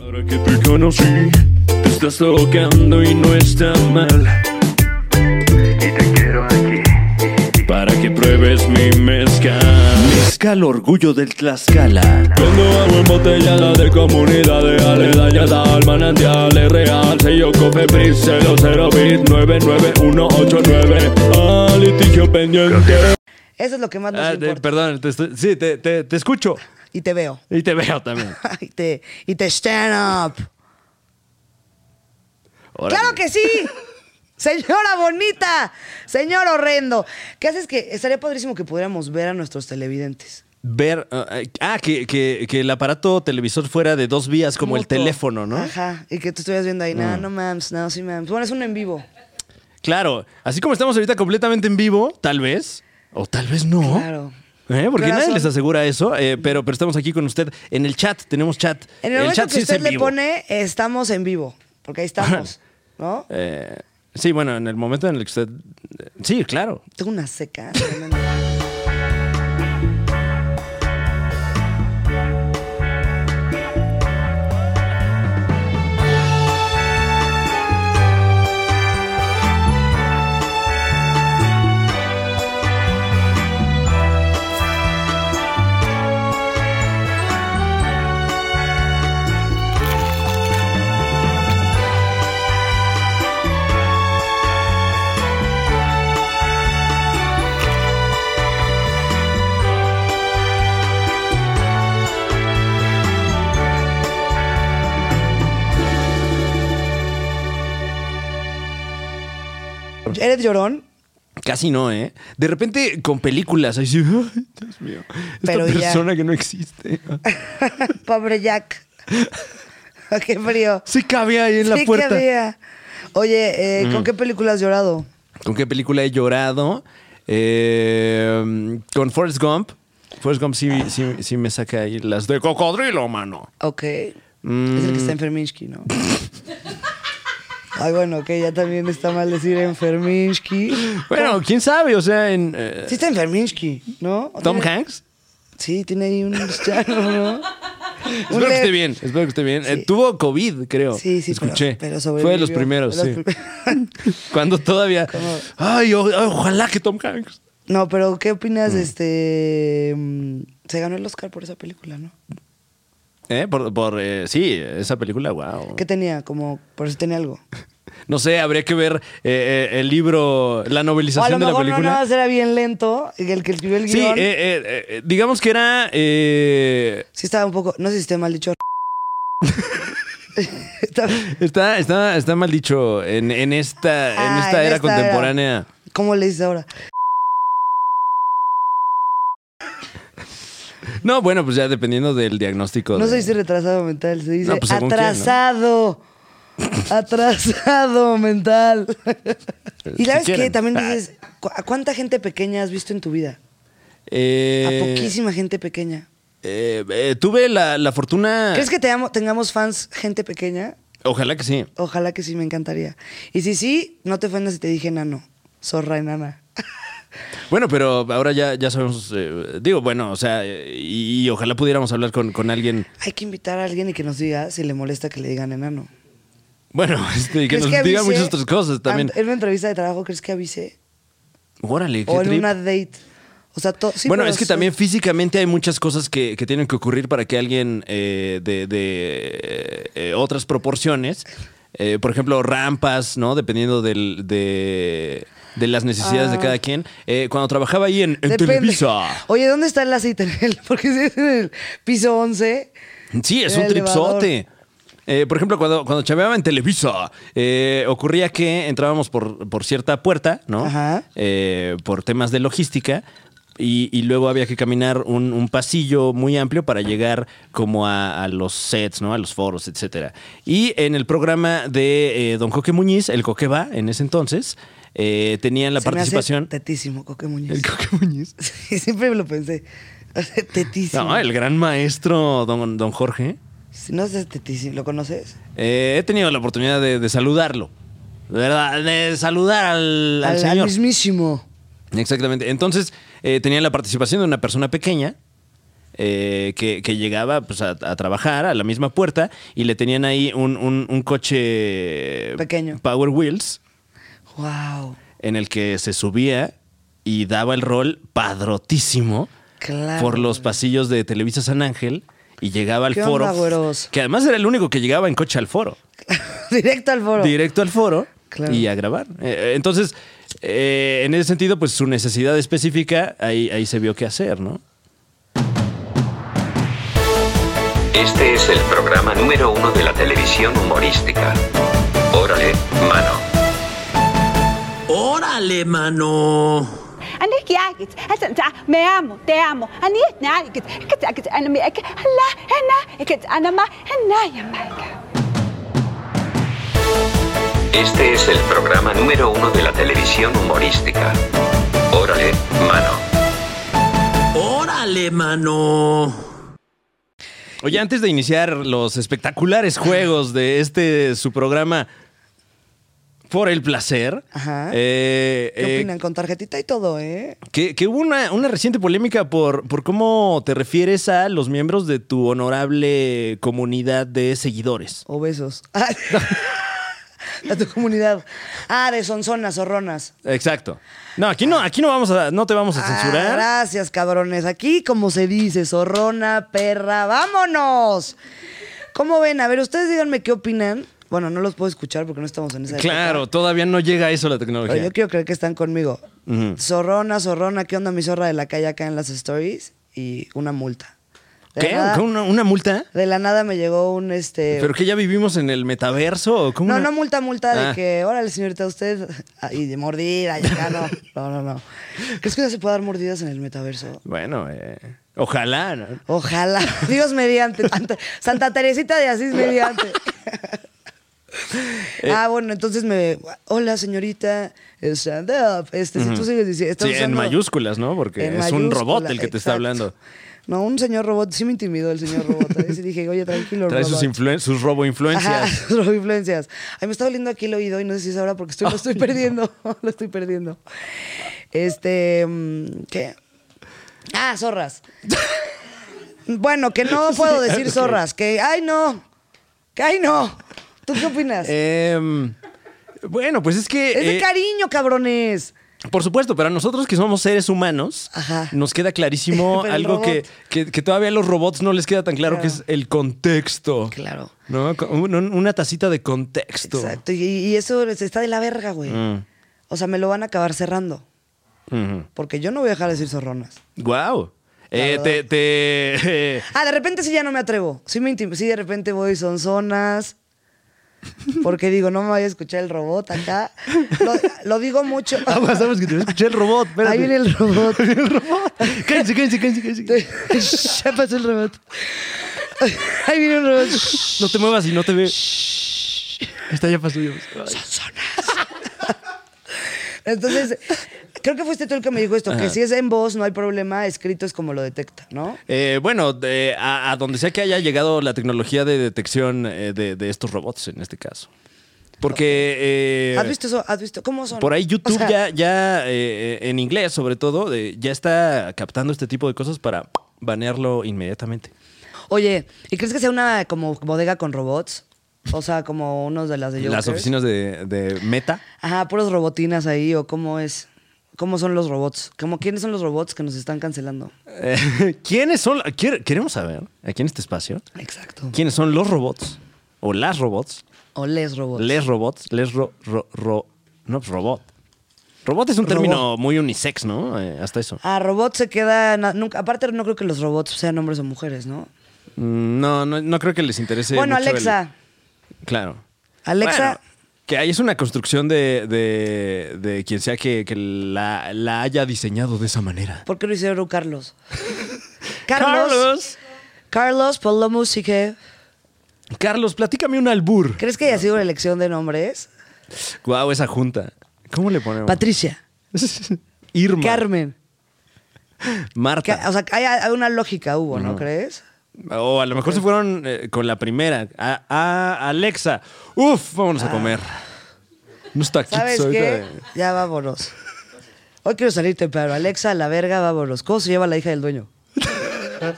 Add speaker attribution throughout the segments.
Speaker 1: Ahora que te conocí, te estás tocando y no está mal.
Speaker 2: Y te quiero aquí.
Speaker 1: Para que pruebes mi mezcal.
Speaker 3: Mezcal Orgullo del Tlaxcala.
Speaker 1: Tengo agua embotellada de comunidades aledañas al manantial es real Sello Cofepris 00 bit 99189 Ah, litigio pendiente
Speaker 4: Eso es lo que más nos
Speaker 5: Ah, te-
Speaker 4: importa.
Speaker 5: perdón, te estoy- sí, te, te- te escucho
Speaker 4: Y te veo.
Speaker 5: y te veo también.
Speaker 4: y, te, y te stand up.
Speaker 5: Órale.
Speaker 4: ¡Claro que sí! Señora bonita, señor horrendo. ¿Qué haces que estaría padrísimo que pudiéramos ver a nuestros televidentes?
Speaker 5: Ver, ah, ah, que, que- que el aparato televisor fuera de dos vías como el
Speaker 4: Mutuo.
Speaker 5: teléfono, ¿no? Mm.
Speaker 4: Ajá, y que tú estuvieras viendo ahí, no, no mams, no, sí mams. Bueno, es un en vivo.
Speaker 5: Claro, así como estamos ahorita completamente en vivo, tal vez, o tal vez no.
Speaker 4: Claro.
Speaker 5: ¿Eh? Porque nadie
Speaker 4: Corazón.
Speaker 5: les asegura eso, eh, pero, pero estamos aquí con usted en el chat, tenemos chat.
Speaker 4: En el, momento
Speaker 5: chat
Speaker 4: que
Speaker 5: sí es
Speaker 4: usted
Speaker 5: en
Speaker 4: le
Speaker 5: vivo.
Speaker 4: pone, estamos en vivo, porque ahí estamos, ¿no?
Speaker 5: Eh, sí, bueno, en el momento en el que usted... eh, Sí, claro.
Speaker 4: Tengo una seca. tremenda. ¿Eres llorón?
Speaker 5: Casi no, ¿eh? De repente con películas, ahí sí, ay, Dios mío, esta
Speaker 4: Pero ya.
Speaker 5: persona que no existe.
Speaker 4: Pobre Jack. Qué frío.
Speaker 5: Sí cabe ahí en la
Speaker 4: Sí,
Speaker 5: puerta.
Speaker 4: qué día. Oye,
Speaker 5: Mm.
Speaker 4: eh, ¿con qué película has llorado?
Speaker 5: ¿Con qué película he llorado? Eh, con Forrest Gump. Forrest Gump sí, sí- sí me saca ahí las de cocodrilo, mano.
Speaker 4: Ok. Es el que está
Speaker 5: Mm.
Speaker 4: enferminsky, ¿no? Ay, bueno, ok, ya también está mal decir enferminsky.
Speaker 5: Bueno, quién sabe, o sea, en... eh,
Speaker 4: Sí está enferminsky, ¿no? ¿O
Speaker 5: Tom
Speaker 4: tiene-
Speaker 5: Hanks.
Speaker 4: Sí, tiene ahí un chano, ¿no? Un
Speaker 5: Espero que
Speaker 4: leve-
Speaker 5: esté bien, espero que esté bien. Eh,
Speaker 4: Sí.
Speaker 5: tuvo COVID, creo.
Speaker 4: Sí, sí, pero-
Speaker 5: Escuché.
Speaker 4: pero
Speaker 5: Fue de los
Speaker 4: sobrevivió.
Speaker 5: primeros,
Speaker 4: De
Speaker 5: sí.
Speaker 4: los prim-
Speaker 5: Cuando todavía...
Speaker 4: ¿Cómo?
Speaker 5: Ay, o- ojalá que Tom Hanks.
Speaker 4: No, pero ¿qué opinas?
Speaker 5: Mm.
Speaker 4: Este. mm, Se ganó el Oscar por esa película, ¿no?
Speaker 5: Eh, Por, por, eh, sí, esa película, wow.
Speaker 4: ¿Qué tenía? Como. Por si tenía algo.
Speaker 5: No sé, habría que ver eh, eh, el libro, la
Speaker 4: O a
Speaker 5: novelización
Speaker 4: lo
Speaker 5: de la
Speaker 4: mejor no,
Speaker 5: película.
Speaker 4: nada más era bien lento. y El que escribió el
Speaker 5: sí, eh,
Speaker 4: guión.
Speaker 5: eh, eh, digamos que era. eh,
Speaker 4: Sí, estaba un poco. No sé si esté mal dicho. Estaba-
Speaker 5: está, está, está mal dicho en, en esta,
Speaker 4: Ah,
Speaker 5: en esta
Speaker 4: en
Speaker 5: era
Speaker 4: esta
Speaker 5: contemporánea.
Speaker 4: ¿Cómo le dices ahora?
Speaker 5: No, bueno, pues ya dependiendo del diagnóstico.
Speaker 4: No
Speaker 5: de-
Speaker 4: se dice retrasado mental, se dice
Speaker 5: No, pues, según quién, ¿no?
Speaker 4: atrasado. Atrasado mental. y
Speaker 5: Si
Speaker 4: la vez que
Speaker 5: quieren. Ah.
Speaker 4: también dices, ¿cu- ¿a cuánta gente pequeña has visto en tu vida?
Speaker 5: Eh,
Speaker 4: A poquísima gente pequeña.
Speaker 5: eh, eh, tuve la, la fortuna.
Speaker 4: ¿Crees que teamo- tengamos fans gente pequeña?
Speaker 5: Ojalá que sí.
Speaker 4: Ojalá que sí, me encantaría. Y si sí, no te ofendas si te dije enano. Zorra enana.
Speaker 5: Bueno, pero ahora ya, ya sabemos. eh, digo, bueno, o sea, eh, y, y ojalá pudiéramos hablar con, con alguien.
Speaker 4: Hay que invitar a alguien y que nos diga si le molesta que le digan enano.
Speaker 5: Bueno, este, que
Speaker 4: ¿Crees
Speaker 5: nos diga
Speaker 4: avise?
Speaker 5: muchas otras cosas también.
Speaker 4: Ant- En una entrevista de trabajo, ¿crees que avise?
Speaker 5: Órale, qué
Speaker 4: o en
Speaker 5: trip.
Speaker 4: una date. O sea, todo. sí,
Speaker 5: bueno,
Speaker 4: pero
Speaker 5: es que
Speaker 4: soy-
Speaker 5: también físicamente hay muchas cosas que, que tienen que ocurrir para que alguien eh, de, de, eh, otras proporciones, eh, por ejemplo, rampas, ¿no? Dependiendo del, de, de las necesidades de cada quien. Eh, cuando trabajaba ahí en, en
Speaker 4: Ah. Depende.
Speaker 5: Televisa.
Speaker 4: Oye, ¿dónde está el aceite? Porque si es en el piso 11.
Speaker 5: Sí, es
Speaker 4: El
Speaker 5: un
Speaker 4: elevador.
Speaker 5: tripsote. Eh, por ejemplo, cuando, cuando chameaba en Televisa, eh, ocurría que entrábamos por, por cierta puerta, ¿no?
Speaker 4: Ajá.
Speaker 5: Eh, por temas de logística. Y, y luego había que caminar un, un pasillo muy amplio para llegar como a, a los sets, ¿no? A los foros, etcétera. Y en el programa de eh, Don Coque Muñiz, el Coque va, en ese entonces, eh, tenían la
Speaker 4: se me hace
Speaker 5: participación...
Speaker 4: tetísimo, Coque Muñoz.
Speaker 5: El Coque Muñiz.
Speaker 4: Sí, siempre me lo pensé. Tetísimo.
Speaker 5: No, el gran maestro Don, don Jorge.
Speaker 4: Sí, No es tetísimo. ¿Lo conoces?
Speaker 5: Eh, he tenido la oportunidad de, de saludarlo. De verdad, de saludar al, al
Speaker 4: Al, al
Speaker 5: señor.
Speaker 4: mismísimo.
Speaker 5: Exactamente. Entonces, eh, tenía la participación de una persona pequeña eh, que, que llegaba pues, a, a trabajar a la misma puerta y le tenían ahí un, un- un coche
Speaker 4: Pequeño.
Speaker 5: Power Wheels
Speaker 4: Wow.
Speaker 5: en el que se subía y daba el rol padrotísimo
Speaker 4: Claro.
Speaker 5: por los pasillos de Televisa San Ángel y llegaba al
Speaker 4: ¿Qué
Speaker 5: foro.
Speaker 4: onda, güeros?
Speaker 5: que además era el único que llegaba en coche al foro.
Speaker 4: Directo al foro.
Speaker 5: Directo al foro
Speaker 4: Claro.
Speaker 5: y a grabar. Eh, entonces, eh, en ese sentido, pues su necesidad específica, ahí, ahí se vio qué hacer, ¿no?
Speaker 6: Este es el programa número uno de la televisión humorística. Órale, mano.
Speaker 7: Órale, mano.
Speaker 8: أنيك ياكت هسا أنت ميامو تيامو أنيت نايكت كت أكت أنا ميك هلا هنا كت أنا ما هنا يا مايكا
Speaker 6: Este es el programa número uno de la televisión humorística. Órale, mano.
Speaker 7: Órale, mano.
Speaker 5: Oye, antes de iniciar los espectaculares juegos de este su programa por el placer,
Speaker 4: Ajá.
Speaker 5: eh,
Speaker 4: ¿Qué
Speaker 5: eh,
Speaker 4: opinan? Con tarjetita y todo, ¿eh?
Speaker 5: Que, que hubo una, una reciente polémica por, por cómo te refieres a los miembros de tu honorable comunidad de seguidores.
Speaker 4: O besos. Ah, A tu comunidad. Ah, de sonzonas, zorronas.
Speaker 5: Exacto. No, aquí no, aquí no vamos a, no te vamos a
Speaker 4: Ah,
Speaker 5: censurar.
Speaker 4: gracias, cabrones. Aquí, como se dice, zorrona, perra, vámonos. ¿Cómo ven? A ver, ustedes díganme qué opinan. Bueno, no los puedo escuchar porque no estamos en esa época.
Speaker 5: claro, todavía no llega a eso la
Speaker 4: Pero
Speaker 5: tecnología.
Speaker 4: yo quiero creer que están conmigo. Zorrona, zorrona, ¿qué onda mi zorra de la calle acá en las stories? Y una multa. De
Speaker 5: ¿Qué?
Speaker 4: la nada-
Speaker 5: ¿Una, una multa?
Speaker 4: de la nada me llegó un este.
Speaker 5: ¿Pero que ya vivimos en el metaverso? ¿O cómo
Speaker 4: No,
Speaker 5: una-
Speaker 4: no multa, multa
Speaker 5: Ah.
Speaker 4: de que, órale, señorita, usted. ah, Y de mordida, y acá no. No, no, no. ¿Crees que ya se puede dar mordidas en el metaverso?
Speaker 5: Bueno, eh, ojalá. ¿no?
Speaker 4: Ojalá. Dios mediante. Santa, Santa Teresita de Asís mediante.
Speaker 5: Eh.
Speaker 4: ah, bueno, entonces me. Hola, señorita. Stand up. Este, si tú sigues diciendo. estás
Speaker 5: Sí, en
Speaker 4: usando-
Speaker 5: mayúsculas, ¿no? Porque
Speaker 4: En
Speaker 5: es un
Speaker 4: mayúscula,
Speaker 5: robot el que te está
Speaker 4: exacto.
Speaker 5: hablando.
Speaker 4: No, un señor robot. Sí me intimidó el señor robot. Ahí sí dije, oye, tranquilo,
Speaker 5: Trae
Speaker 4: robot.
Speaker 5: sus, influen- sus robo
Speaker 4: Ajá,
Speaker 5: influencias.
Speaker 4: sus influencias. Ay, me está doliendo aquí el oído y no sé si es ahora porque estoy, lo estoy perdiendo. lo estoy perdiendo. Este. mm, ¿Qué? Ah, zorras. bueno, que no puedo decir zorras. Que, ay, no. Que, ay, no. ¿Tú qué opinas?
Speaker 5: Em, bueno, pues es que.
Speaker 4: es de
Speaker 5: eh,
Speaker 4: cariño, cabrones.
Speaker 5: Por supuesto, pero a nosotros que somos seres humanos,
Speaker 4: Ajá.
Speaker 5: nos queda clarísimo
Speaker 4: Pero el
Speaker 5: algo que,
Speaker 4: robot.
Speaker 5: que- que todavía a los robots no les queda tan claro,
Speaker 4: Claro.
Speaker 5: que es el contexto.
Speaker 4: Claro.
Speaker 5: ¿No? Con- un- un- una tacita de contexto.
Speaker 4: Exacto. Y, y eso es- está de la verga, güey.
Speaker 5: Mm.
Speaker 4: O sea, me lo van a acabar cerrando.
Speaker 5: Ujú.
Speaker 4: Porque yo no voy a dejar de decir zorronas.
Speaker 5: Guau.
Speaker 4: La
Speaker 5: Eh,
Speaker 4: verdad.
Speaker 5: te, te-
Speaker 4: Ah, de repente sí ya no me atrevo. Sí me intimo. Sí, de repente voy son zonas. Porque digo, no me vaya a escuchar el robot acá. Lo, lo digo mucho.
Speaker 5: Ah, pues, sabes que te escuché el robot. espérate.
Speaker 4: Ahí viene el robot.
Speaker 5: el robot. Cállense, cállense, cállense, cállense.
Speaker 4: ya pasó el robot. Ahí viene un robot.
Speaker 5: No te muevas y no te ve. Está ya pasó. ya pasó.
Speaker 4: Entonces, creo que fuiste tú el que me dijo esto, que si es en voz no hay problema, escrito es como lo detecta, ¿no?
Speaker 5: Eh, bueno, de- a, a donde sea que haya llegado la tecnología de detección eh, de, de estos robots en este caso. Porque eh,
Speaker 4: ¿Has visto eso? ¿Has visto? ¿Cómo son?
Speaker 5: por ahí YouTube
Speaker 4: O sea,
Speaker 5: ya, ya eh, eh, en inglés sobre todo, eh, ya está captando este tipo de cosas para banearlo inmediatamente.
Speaker 4: Oye, ¿y crees que sea una como bodega con robots? O sea, como unos de las de
Speaker 5: Las
Speaker 4: Jokers.
Speaker 5: oficinas de, de Meta.
Speaker 4: Ajá, puros robotinas ahí, o cómo es. ¿Cómo son los robots? ¿Cómo, ¿Quiénes son los robots que nos están cancelando?
Speaker 5: Eh, ¿Quiénes son? Quier- Queremos saber, aquí en este espacio,
Speaker 4: Exacto.
Speaker 5: ¿quiénes son los robots? O las robots.
Speaker 4: O les robots.
Speaker 5: Les robots. Les ro, ro- ro- no, pues, robot. Robot es un
Speaker 4: Robot.
Speaker 5: término muy unisex, ¿no? Eh, hasta eso.
Speaker 4: Ah, robot se queda. na- nunca, aparte, no creo que los robots sean hombres o mujeres, ¿no?
Speaker 5: Mm, No, no, no creo que les interese.
Speaker 4: bueno,
Speaker 5: mucho
Speaker 4: Alexa.
Speaker 5: el- claro.
Speaker 4: Alexa.
Speaker 5: Bueno, que ahí es una construcción de, de- de quien sea que, que la, la haya diseñado de esa manera.
Speaker 4: ¿Por qué lo hicieron Carlos? Carlos. Carlos, por la música.
Speaker 5: Carlos, platícame un albur.
Speaker 4: ¿Crees que haya sido una elección de nombres?
Speaker 5: Guau, esa junta. ¿Cómo le ponemos?
Speaker 4: Patricia.
Speaker 5: Irma.
Speaker 4: Carmen.
Speaker 5: Marta.
Speaker 4: Ca- O sea, hay, hay una lógica, hubo, ¿no crees?
Speaker 5: o a lo mejor se fueron eh, con la primera. A, a Alexa. Uf, vámonos a comer. Unos taquitos
Speaker 4: Ah. ¿Sabes
Speaker 5: ahorita
Speaker 4: qué?
Speaker 5: de-
Speaker 4: Ya vámonos. Hoy quiero salir temprano. Alexa, a la verga, vámonos. ¿Cómo se lleva la hija del dueño?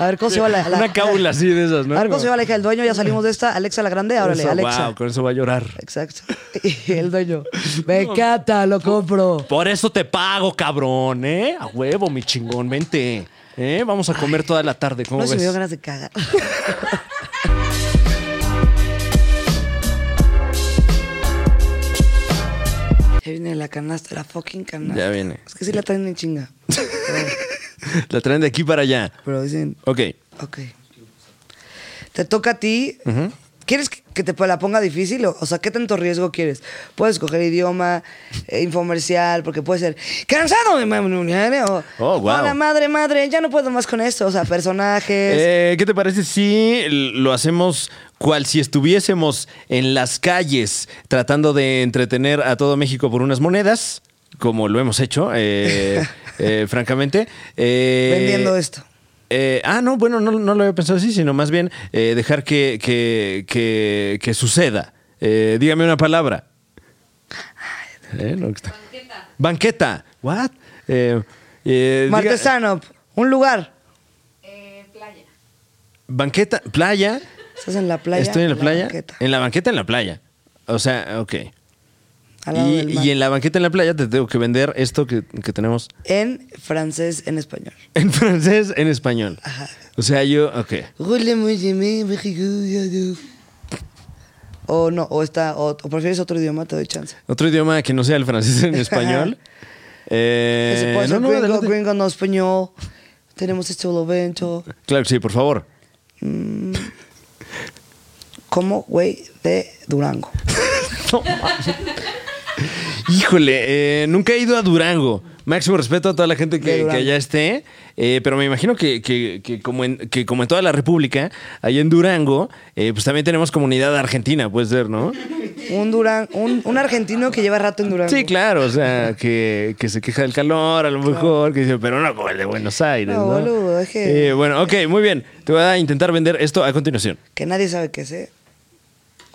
Speaker 4: A ver, ¿cómo se va la, la-
Speaker 5: Una cábula así de esas, ¿no?
Speaker 4: A ver, ¿cómo se va la hija del dueño? Ya salimos de esta. Alexa la grande, órale,
Speaker 5: Eso,
Speaker 4: Alexa.
Speaker 5: Wow, con eso va a llorar.
Speaker 4: Exacto. Y el dueño. Me encanta, lo compro.
Speaker 5: Por eso te pago, cabrón, ¿eh? A huevo, mi chingón, vente. ¿Eh? Vamos a comer toda la tarde, ¿cómo
Speaker 4: No se me dio
Speaker 5: ves?
Speaker 4: ganas de cagar. Ya viene la canasta, la fucking canasta.
Speaker 5: Ya viene.
Speaker 4: Es que sí la traen en chinga.
Speaker 5: La traen de aquí para allá.
Speaker 4: Pero dicen,
Speaker 5: Ok.
Speaker 4: ok. Te toca a ti. ¿Quieres que que te la ponga difícil? O o sea, ¿qué tanto riesgo quieres? Puedes escoger idioma, eh, infomercial, porque puede ser cansado de mamunear", o
Speaker 5: Oh, guau.
Speaker 4: hola madre, madre, ya no puedo más con esto. O sea, personajes.
Speaker 5: Eh, ¿Qué te parece si lo hacemos cual si estuviésemos en las calles tratando de entretener a todo México por unas monedas? Como lo hemos hecho, eh, eh, francamente. Eh,
Speaker 4: Vendiendo esto.
Speaker 5: eh, ah, no, bueno, no, no lo había pensado así, sino más bien eh, dejar que, que, que- que suceda. Eh, dígame una palabra. Eh, lo que está- Banqueta. What? Eh, eh, diga-
Speaker 4: Martesano, un lugar.
Speaker 5: Banqueta, playa.
Speaker 4: Estás en la playa.
Speaker 5: Estoy en la, playa.
Speaker 4: banqueta,
Speaker 5: En la banqueta, en la playa. O sea, ok.
Speaker 4: al lado del
Speaker 5: Y,
Speaker 4: mar.
Speaker 5: y en la banqueta, en la playa, te tengo que vender esto que, que tenemos
Speaker 4: En francés, en español.
Speaker 5: en francés, en español. O sea, yo, ok.
Speaker 4: O no, o está, o, o prefieres otro idioma, te doy chance.
Speaker 5: Otro idioma que no sea el francés en español. Eh,
Speaker 4: Ese puede ser
Speaker 5: no, no,
Speaker 4: gringo,
Speaker 5: adelante.
Speaker 4: gringo, no español. Tenemos este evento.
Speaker 5: Claro que sí, por favor.
Speaker 4: Como güey de Durango.
Speaker 5: Híjole, eh, nunca he ido a Durango. Máximo respeto a toda la gente
Speaker 4: De
Speaker 5: que,
Speaker 4: Durango.
Speaker 5: que allá esté, eh, pero me imagino que, que- que como en, que como en toda la República, allá en Durango, eh, pues también tenemos comunidad argentina, puede ser, ¿no?
Speaker 4: Un, Duran, un, un argentino que lleva rato en Durango.
Speaker 5: Sí, claro, o sea, que, que se queja del calor a lo mejor, que dice, pero no como el de Buenos Aires. No,
Speaker 4: No, boludo, es que-
Speaker 5: Eh, bueno, ok, muy bien. Te voy a intentar vender esto a continuación.
Speaker 4: Que nadie sabe qué es, ¿eh?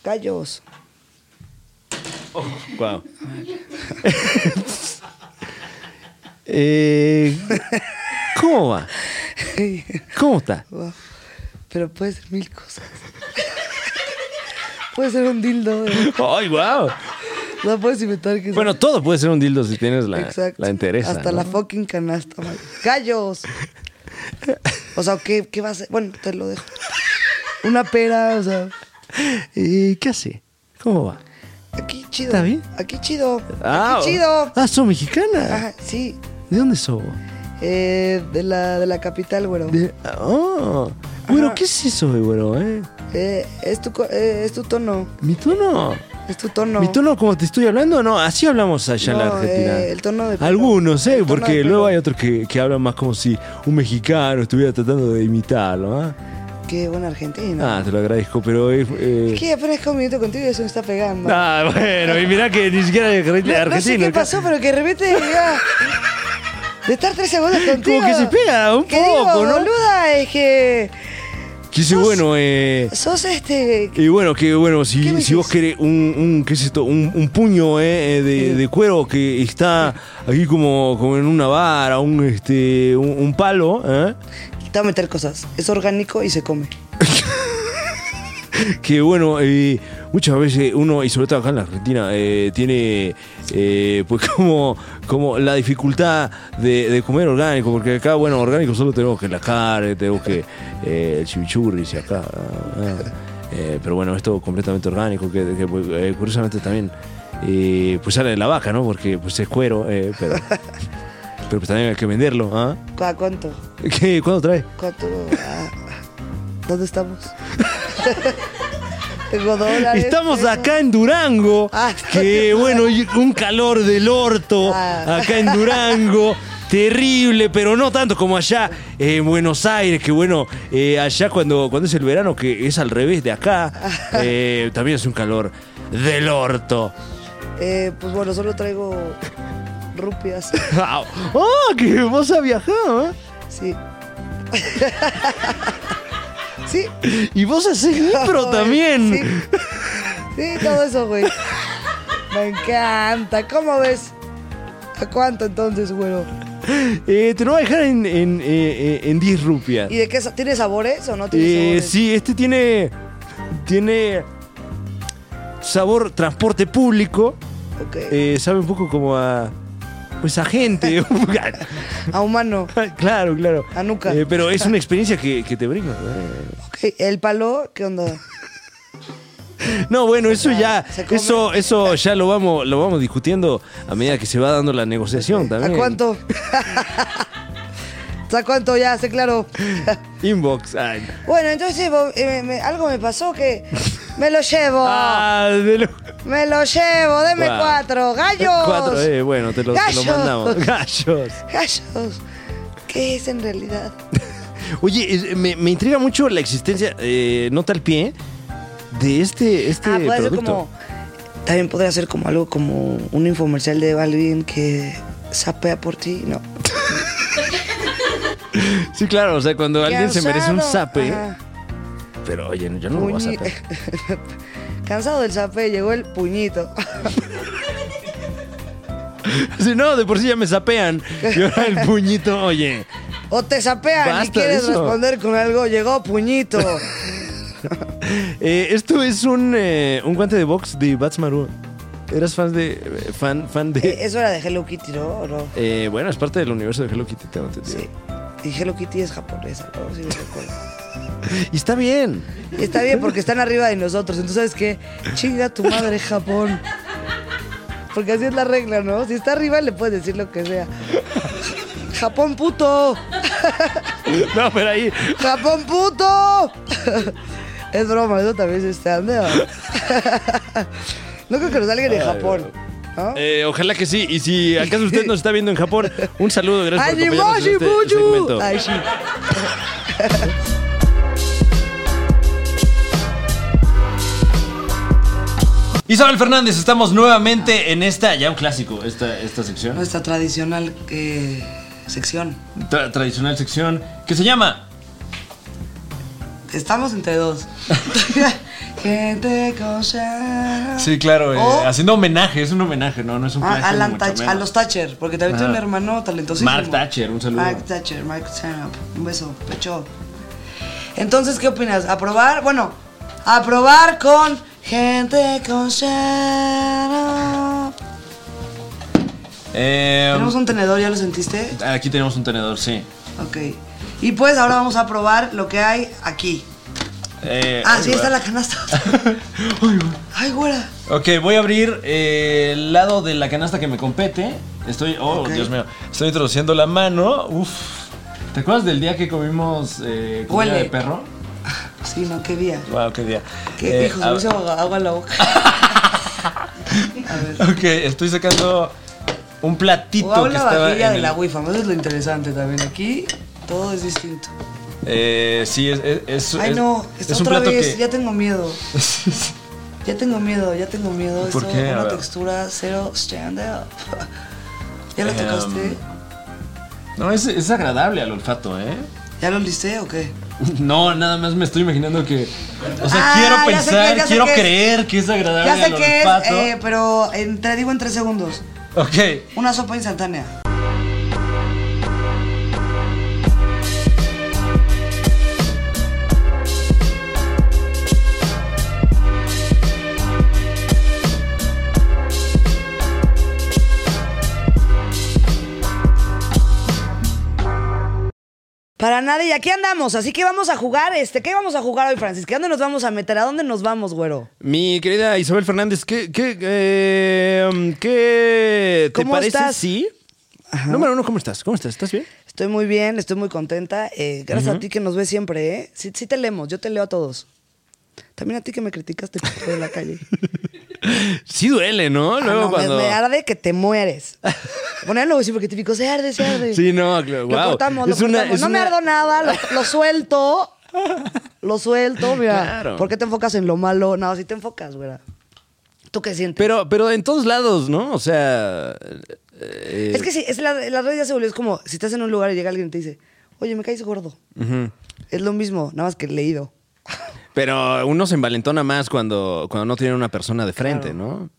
Speaker 4: Gallos.
Speaker 5: Wow. eh, ¿Cómo va? ¿Cómo está?
Speaker 4: Wow. Pero puede ser mil cosas. puede ser un dildo. ¿eh?
Speaker 5: ¡Ay, wow!
Speaker 4: No puedes inventar que
Speaker 5: Bueno, todo puede ser un dildo si tienes la, la entereza.
Speaker 4: Hasta
Speaker 5: ¿no?
Speaker 4: la fucking canasta, man. ¡Gallos! O sea, ¿qué, ¿qué va a ser? Bueno, te lo dejo. Una pera, o sea.
Speaker 5: Eh, ¿Qué hace? ¿Cómo va?
Speaker 4: Aquí chido.
Speaker 5: ¿Está bien?
Speaker 4: Aquí chido.
Speaker 5: Ah,
Speaker 4: aquí chido.
Speaker 5: Ah, sos mexicana.
Speaker 4: Ajá, sí.
Speaker 5: ¿De dónde sos?
Speaker 4: Eh, de, la, de la capital, güero.
Speaker 5: De... Oh. Bueno, ¿qué es eso, de güero? Eh?
Speaker 4: Eh, es, tu, co- eh, es tu tono.
Speaker 5: ¿Mi tono?
Speaker 4: Es tu tono.
Speaker 5: ¿Mi tono como te estoy hablando? No, así hablamos allá en
Speaker 4: No,
Speaker 5: la Argentina.
Speaker 4: eh, el tono de pelo.
Speaker 5: Algunos,
Speaker 4: El
Speaker 5: ¿eh?
Speaker 4: tono de
Speaker 5: Porque
Speaker 4: pelo.
Speaker 5: luego hay otros que, que hablan más como si un mexicano estuviera tratando de imitarlo. ¿ah?
Speaker 4: Qué buen argentino.
Speaker 5: Ah, te lo agradezco, pero es. eh,
Speaker 4: Es que apenas que un minuto contigo y eso me está pegando.
Speaker 5: Ah, bueno, y mirá que ni siquiera es
Speaker 4: No-
Speaker 5: argentino.
Speaker 4: no, sé qué pasó, pero que de repente ya, De estar tres segundos contigo.
Speaker 5: que se pega un
Speaker 4: que digo,
Speaker 5: poco, ¿no?
Speaker 4: boluda, es que
Speaker 5: Que sí, bueno, eh.
Speaker 4: sos este...
Speaker 5: Y bueno, que bueno,
Speaker 4: ¿Qué me
Speaker 5: si, si vos
Speaker 4: dices?
Speaker 5: querés un, un, ¿qué es esto? un, un puño eh, eh, de, de cuero que está aquí como, como en una vara, un este un, un palo, ¿eh?
Speaker 4: Te va a meter cosas. Es orgánico y se come.
Speaker 5: que bueno, eh, muchas veces uno, y sobre todo acá en la Argentina, eh, tiene eh, pues como, como la dificultad de, de comer orgánico, porque acá, bueno, orgánico solo tenemos que la carne, tenemos que eh, el chimichurris y acá. ah, ah. Eh, pero bueno, esto completamente orgánico, que, que, pues, eh, curiosamente también eh, pues sale de la vaca, ¿no? Porque pues es cuero, eh, pero, pero pues también hay que venderlo. ¿ah?
Speaker 4: ¿A cuánto?
Speaker 5: ¿Qué? ¿Cuándo trae?
Speaker 4: ¿Cuánto? Ah, ¿Dónde estamos? Tengo dólares.
Speaker 5: Estamos
Speaker 4: pesos.
Speaker 5: acá en Durango.
Speaker 4: Eh, Ah,
Speaker 5: que bueno, y un calor del orto
Speaker 4: Ah.
Speaker 5: acá en Durango. Terrible, pero no tanto como allá eh, en Buenos Aires, que bueno, eh, allá cuando, cuando es el verano, que es al revés de acá,
Speaker 4: Ah.
Speaker 5: eh, también hace un calor del orto.
Speaker 4: Eh, pues bueno, solo traigo rupias.
Speaker 5: ¡Ah! que vos has viajado! ¿eh?
Speaker 4: Sí. sí.
Speaker 5: Y vos haces impro
Speaker 4: güey,
Speaker 5: también.
Speaker 4: Sí. Sí, todo eso, güey. Me encanta. ¿Cómo ves? ¿A cuánto entonces, güero?
Speaker 5: Eh, te lo voy a dejar en, en, eh, eh, en 10 rupias.
Speaker 4: ¿Y de qué? sa- ¿Tiene sabores o no tiene
Speaker 5: Eh,
Speaker 4: sabores?
Speaker 5: sí, este tiene. Tiene. Sabor transporte público.
Speaker 4: Ok.
Speaker 5: Eh, sabe un poco como a. Pues a gente.
Speaker 4: A humano.
Speaker 5: claro, claro.
Speaker 4: A nuca.
Speaker 5: Eh, pero es una experiencia que, que te brinda.
Speaker 4: Ok, ¿El palo? ¿Qué onda?
Speaker 5: No, bueno, eso ya.
Speaker 4: se come.
Speaker 5: Eso, eso ya lo vamos, lo vamos discutiendo a medida que se va dando la negociación también.
Speaker 4: ¿A cuánto? ¿A cuánto ya? Sé claro.
Speaker 5: Inbox. Ay.
Speaker 4: Bueno, entonces bo- eh, me- me- algo me pasó que me lo llevo.
Speaker 5: Ah, de lo-
Speaker 4: Me lo llevo. Deme
Speaker 5: Wow.
Speaker 4: cuatro. Gallos.
Speaker 5: Cuatro, eh, bueno, te lo, te lo
Speaker 4: Gallos.
Speaker 5: mandamos. Gallos.
Speaker 4: Gallos. ¿Qué es en realidad?
Speaker 5: Oye, es- me, me intriga mucho la existencia, eh, nota al pie, de este, este
Speaker 4: ah, puede ser
Speaker 5: producto.
Speaker 4: como. También podría ser como algo como un infomercial de alguien que sapea por ti, ¿no?
Speaker 5: Sí, claro, o sea, cuando alguien se merece un
Speaker 4: Cansado.
Speaker 5: sape.
Speaker 4: Ajá.
Speaker 5: Pero oye, yo no lo voy a
Speaker 4: Puñi-
Speaker 5: sapear.
Speaker 4: Cansado del sapé, llegó el puñito.
Speaker 5: Si no, de por sí ya me sapean. Y ahora el puñito, oye.
Speaker 4: O te sapean y
Speaker 5: Basta de
Speaker 4: quieres
Speaker 5: eso.
Speaker 4: responder con algo, llegó puñito.
Speaker 5: Eh, esto es un, eh, un guante de box de Bats Maru. ¿Eras fan de. eh, fan, fan
Speaker 4: Eh,
Speaker 5: de.
Speaker 4: Eso era de Hello Kitty, ¿no? ¿O no?
Speaker 5: Eh, bueno, es parte del universo de Hello Kitty, tengo entendido.
Speaker 4: Sí. Y Hello Kitty es japonesa, ¿no? Sí, me recuerdo.
Speaker 5: Y está bien.
Speaker 4: Y está bien porque están arriba de nosotros. Entonces, ¿sabes qué? Chinga tu madre, Japón. Porque así es la regla, ¿no? Si está arriba, le puedes decir lo que sea. Japón puto.
Speaker 5: No, pero ahí.
Speaker 4: ¡Japón puto! es broma, eso también se está no creo que nos salga de Japón. ¿no?
Speaker 5: Eh, ojalá que sí. Y si acaso usted nos está viendo en Japón, un saludo, gracias por acompañarnos en
Speaker 4: ¡Ayimoshi,
Speaker 5: este segmento.
Speaker 4: Ay, sí.
Speaker 5: Isabel Fernández, estamos nuevamente en esta, ya un clásico, esta, esta sección.
Speaker 4: Nuestra tradicional eh, sección.
Speaker 5: Tra- tradicional sección que se llama
Speaker 4: Estamos entre dos. Gente con sed.
Speaker 5: Sí, claro, eh,
Speaker 4: O-
Speaker 5: haciendo homenaje, es un homenaje, no, no es un
Speaker 4: A,
Speaker 5: plagio,
Speaker 4: Oh. Ah, Alan
Speaker 5: ni mucho
Speaker 4: Thatch-
Speaker 5: menos.
Speaker 4: a los Thatcher, porque también
Speaker 5: Ajá.
Speaker 4: tiene un hermano talentosísimo.
Speaker 5: Mark Thatcher, un saludo.
Speaker 4: Mark Thatcher, Mark Thatcher, un beso, pecho. Entonces, ¿qué opinas? ¿Aprobar? Bueno, aprobar con gente con
Speaker 5: Um,
Speaker 4: shut up.
Speaker 5: Eh,
Speaker 4: Tenemos un tenedor, ¿ya lo sentiste?
Speaker 5: Aquí tenemos un tenedor, sí.
Speaker 4: Ok. Y pues ahora vamos a probar lo que hay aquí.
Speaker 5: Eh,
Speaker 4: Ah,
Speaker 5: ay,
Speaker 4: sí, está
Speaker 5: güera.
Speaker 4: la canasta. Ay, güera.
Speaker 5: Ok, voy a abrir eh, el lado de la canasta que me compete. Estoy, oh,
Speaker 4: Ok.
Speaker 5: Dios mío, estoy introduciendo la mano. Uf. ¿Te acuerdas del día que comimos eh, comida
Speaker 4: Huele.
Speaker 5: de perro?
Speaker 4: Sí, no, qué día.
Speaker 5: Wow, qué día.
Speaker 4: Qué
Speaker 5: Eh,
Speaker 4: hijos,
Speaker 5: a-
Speaker 4: me hizo agua agua en la boca. A ver.
Speaker 5: Ok, estoy sacando un platito
Speaker 4: O
Speaker 5: que
Speaker 4: la
Speaker 5: estaba
Speaker 4: vajilla
Speaker 5: en
Speaker 4: de
Speaker 5: el-
Speaker 4: la wifi, eso es lo interesante también. Aquí todo es distinto.
Speaker 5: Eh, sí, es, es, es-
Speaker 4: Ay
Speaker 5: es-
Speaker 4: no,
Speaker 5: es
Speaker 4: es
Speaker 5: un
Speaker 4: otra
Speaker 5: plato
Speaker 4: vez,
Speaker 5: que...
Speaker 4: ya tengo miedo. Ya tengo miedo, ya tengo miedo.
Speaker 5: ¿Por
Speaker 4: Esto,
Speaker 5: qué? A
Speaker 4: una
Speaker 5: ver.
Speaker 4: textura cero stand up. ¿Ya lo tocaste?
Speaker 5: Em. No, es, es agradable al olfato, ¿eh?
Speaker 4: ¿Ya lo listé o qué?
Speaker 5: No, nada más me estoy imaginando que... O sea,
Speaker 4: Ah,
Speaker 5: quiero
Speaker 4: ya sé qué,
Speaker 5: pensar,
Speaker 4: ya sé
Speaker 5: quiero
Speaker 4: qué es.
Speaker 5: creer que es agradable
Speaker 4: Ya sé
Speaker 5: al
Speaker 4: qué es,
Speaker 5: olfato.
Speaker 4: eh, pero en- te digo en tres segundos.
Speaker 5: Ok,
Speaker 4: Una sopa instantánea. Para nada, y aquí andamos, así que vamos a jugar, este, ¿qué vamos a jugar hoy, Francis? ¿Qué dónde nos vamos a meter? ¿A dónde nos vamos, güero?
Speaker 5: Mi querida Isabel Fernández, ¿qué, qué, eh, qué te
Speaker 4: ¿Cómo
Speaker 5: parece
Speaker 4: estás?
Speaker 5: si... Número uno, ¿cómo estás? ¿Cómo estás? ¿Estás bien?
Speaker 4: Estoy muy bien, estoy muy contenta. Eh, gracias a ti que nos ves siempre, ¿eh? Sí, sí te leemos, yo te leo a todos. También a ti que me criticaste por la calle.
Speaker 5: Sí duele, ¿no?
Speaker 4: Ah,
Speaker 5: Luego
Speaker 4: no, me-
Speaker 5: cuando...
Speaker 4: me, arde que te mueres. Ponerlo siempre que típico, se arde, se arde.
Speaker 5: Sí, no, claro,
Speaker 4: Lo
Speaker 5: wow.
Speaker 4: cortamos, lo
Speaker 5: Es una-
Speaker 4: cortamos.
Speaker 5: es
Speaker 4: no me
Speaker 5: una-
Speaker 4: ardo nada, lo, lo suelto. Lo suelto, mira.
Speaker 5: Claro.
Speaker 4: ¿Por qué te enfocas en lo malo? No, si te enfocas, güera. ¿Tú qué sientes?
Speaker 5: Pero, pero en todos lados, ¿no? O sea... eh,
Speaker 4: es que sí, es la, la red ya se volvió, es como si estás en un lugar y llega alguien y te dice, oye, me caes gordo. Es lo mismo, nada más que leído.
Speaker 5: Pero uno se envalentona más cuando, cuando no tiene una persona de frente, ¿no?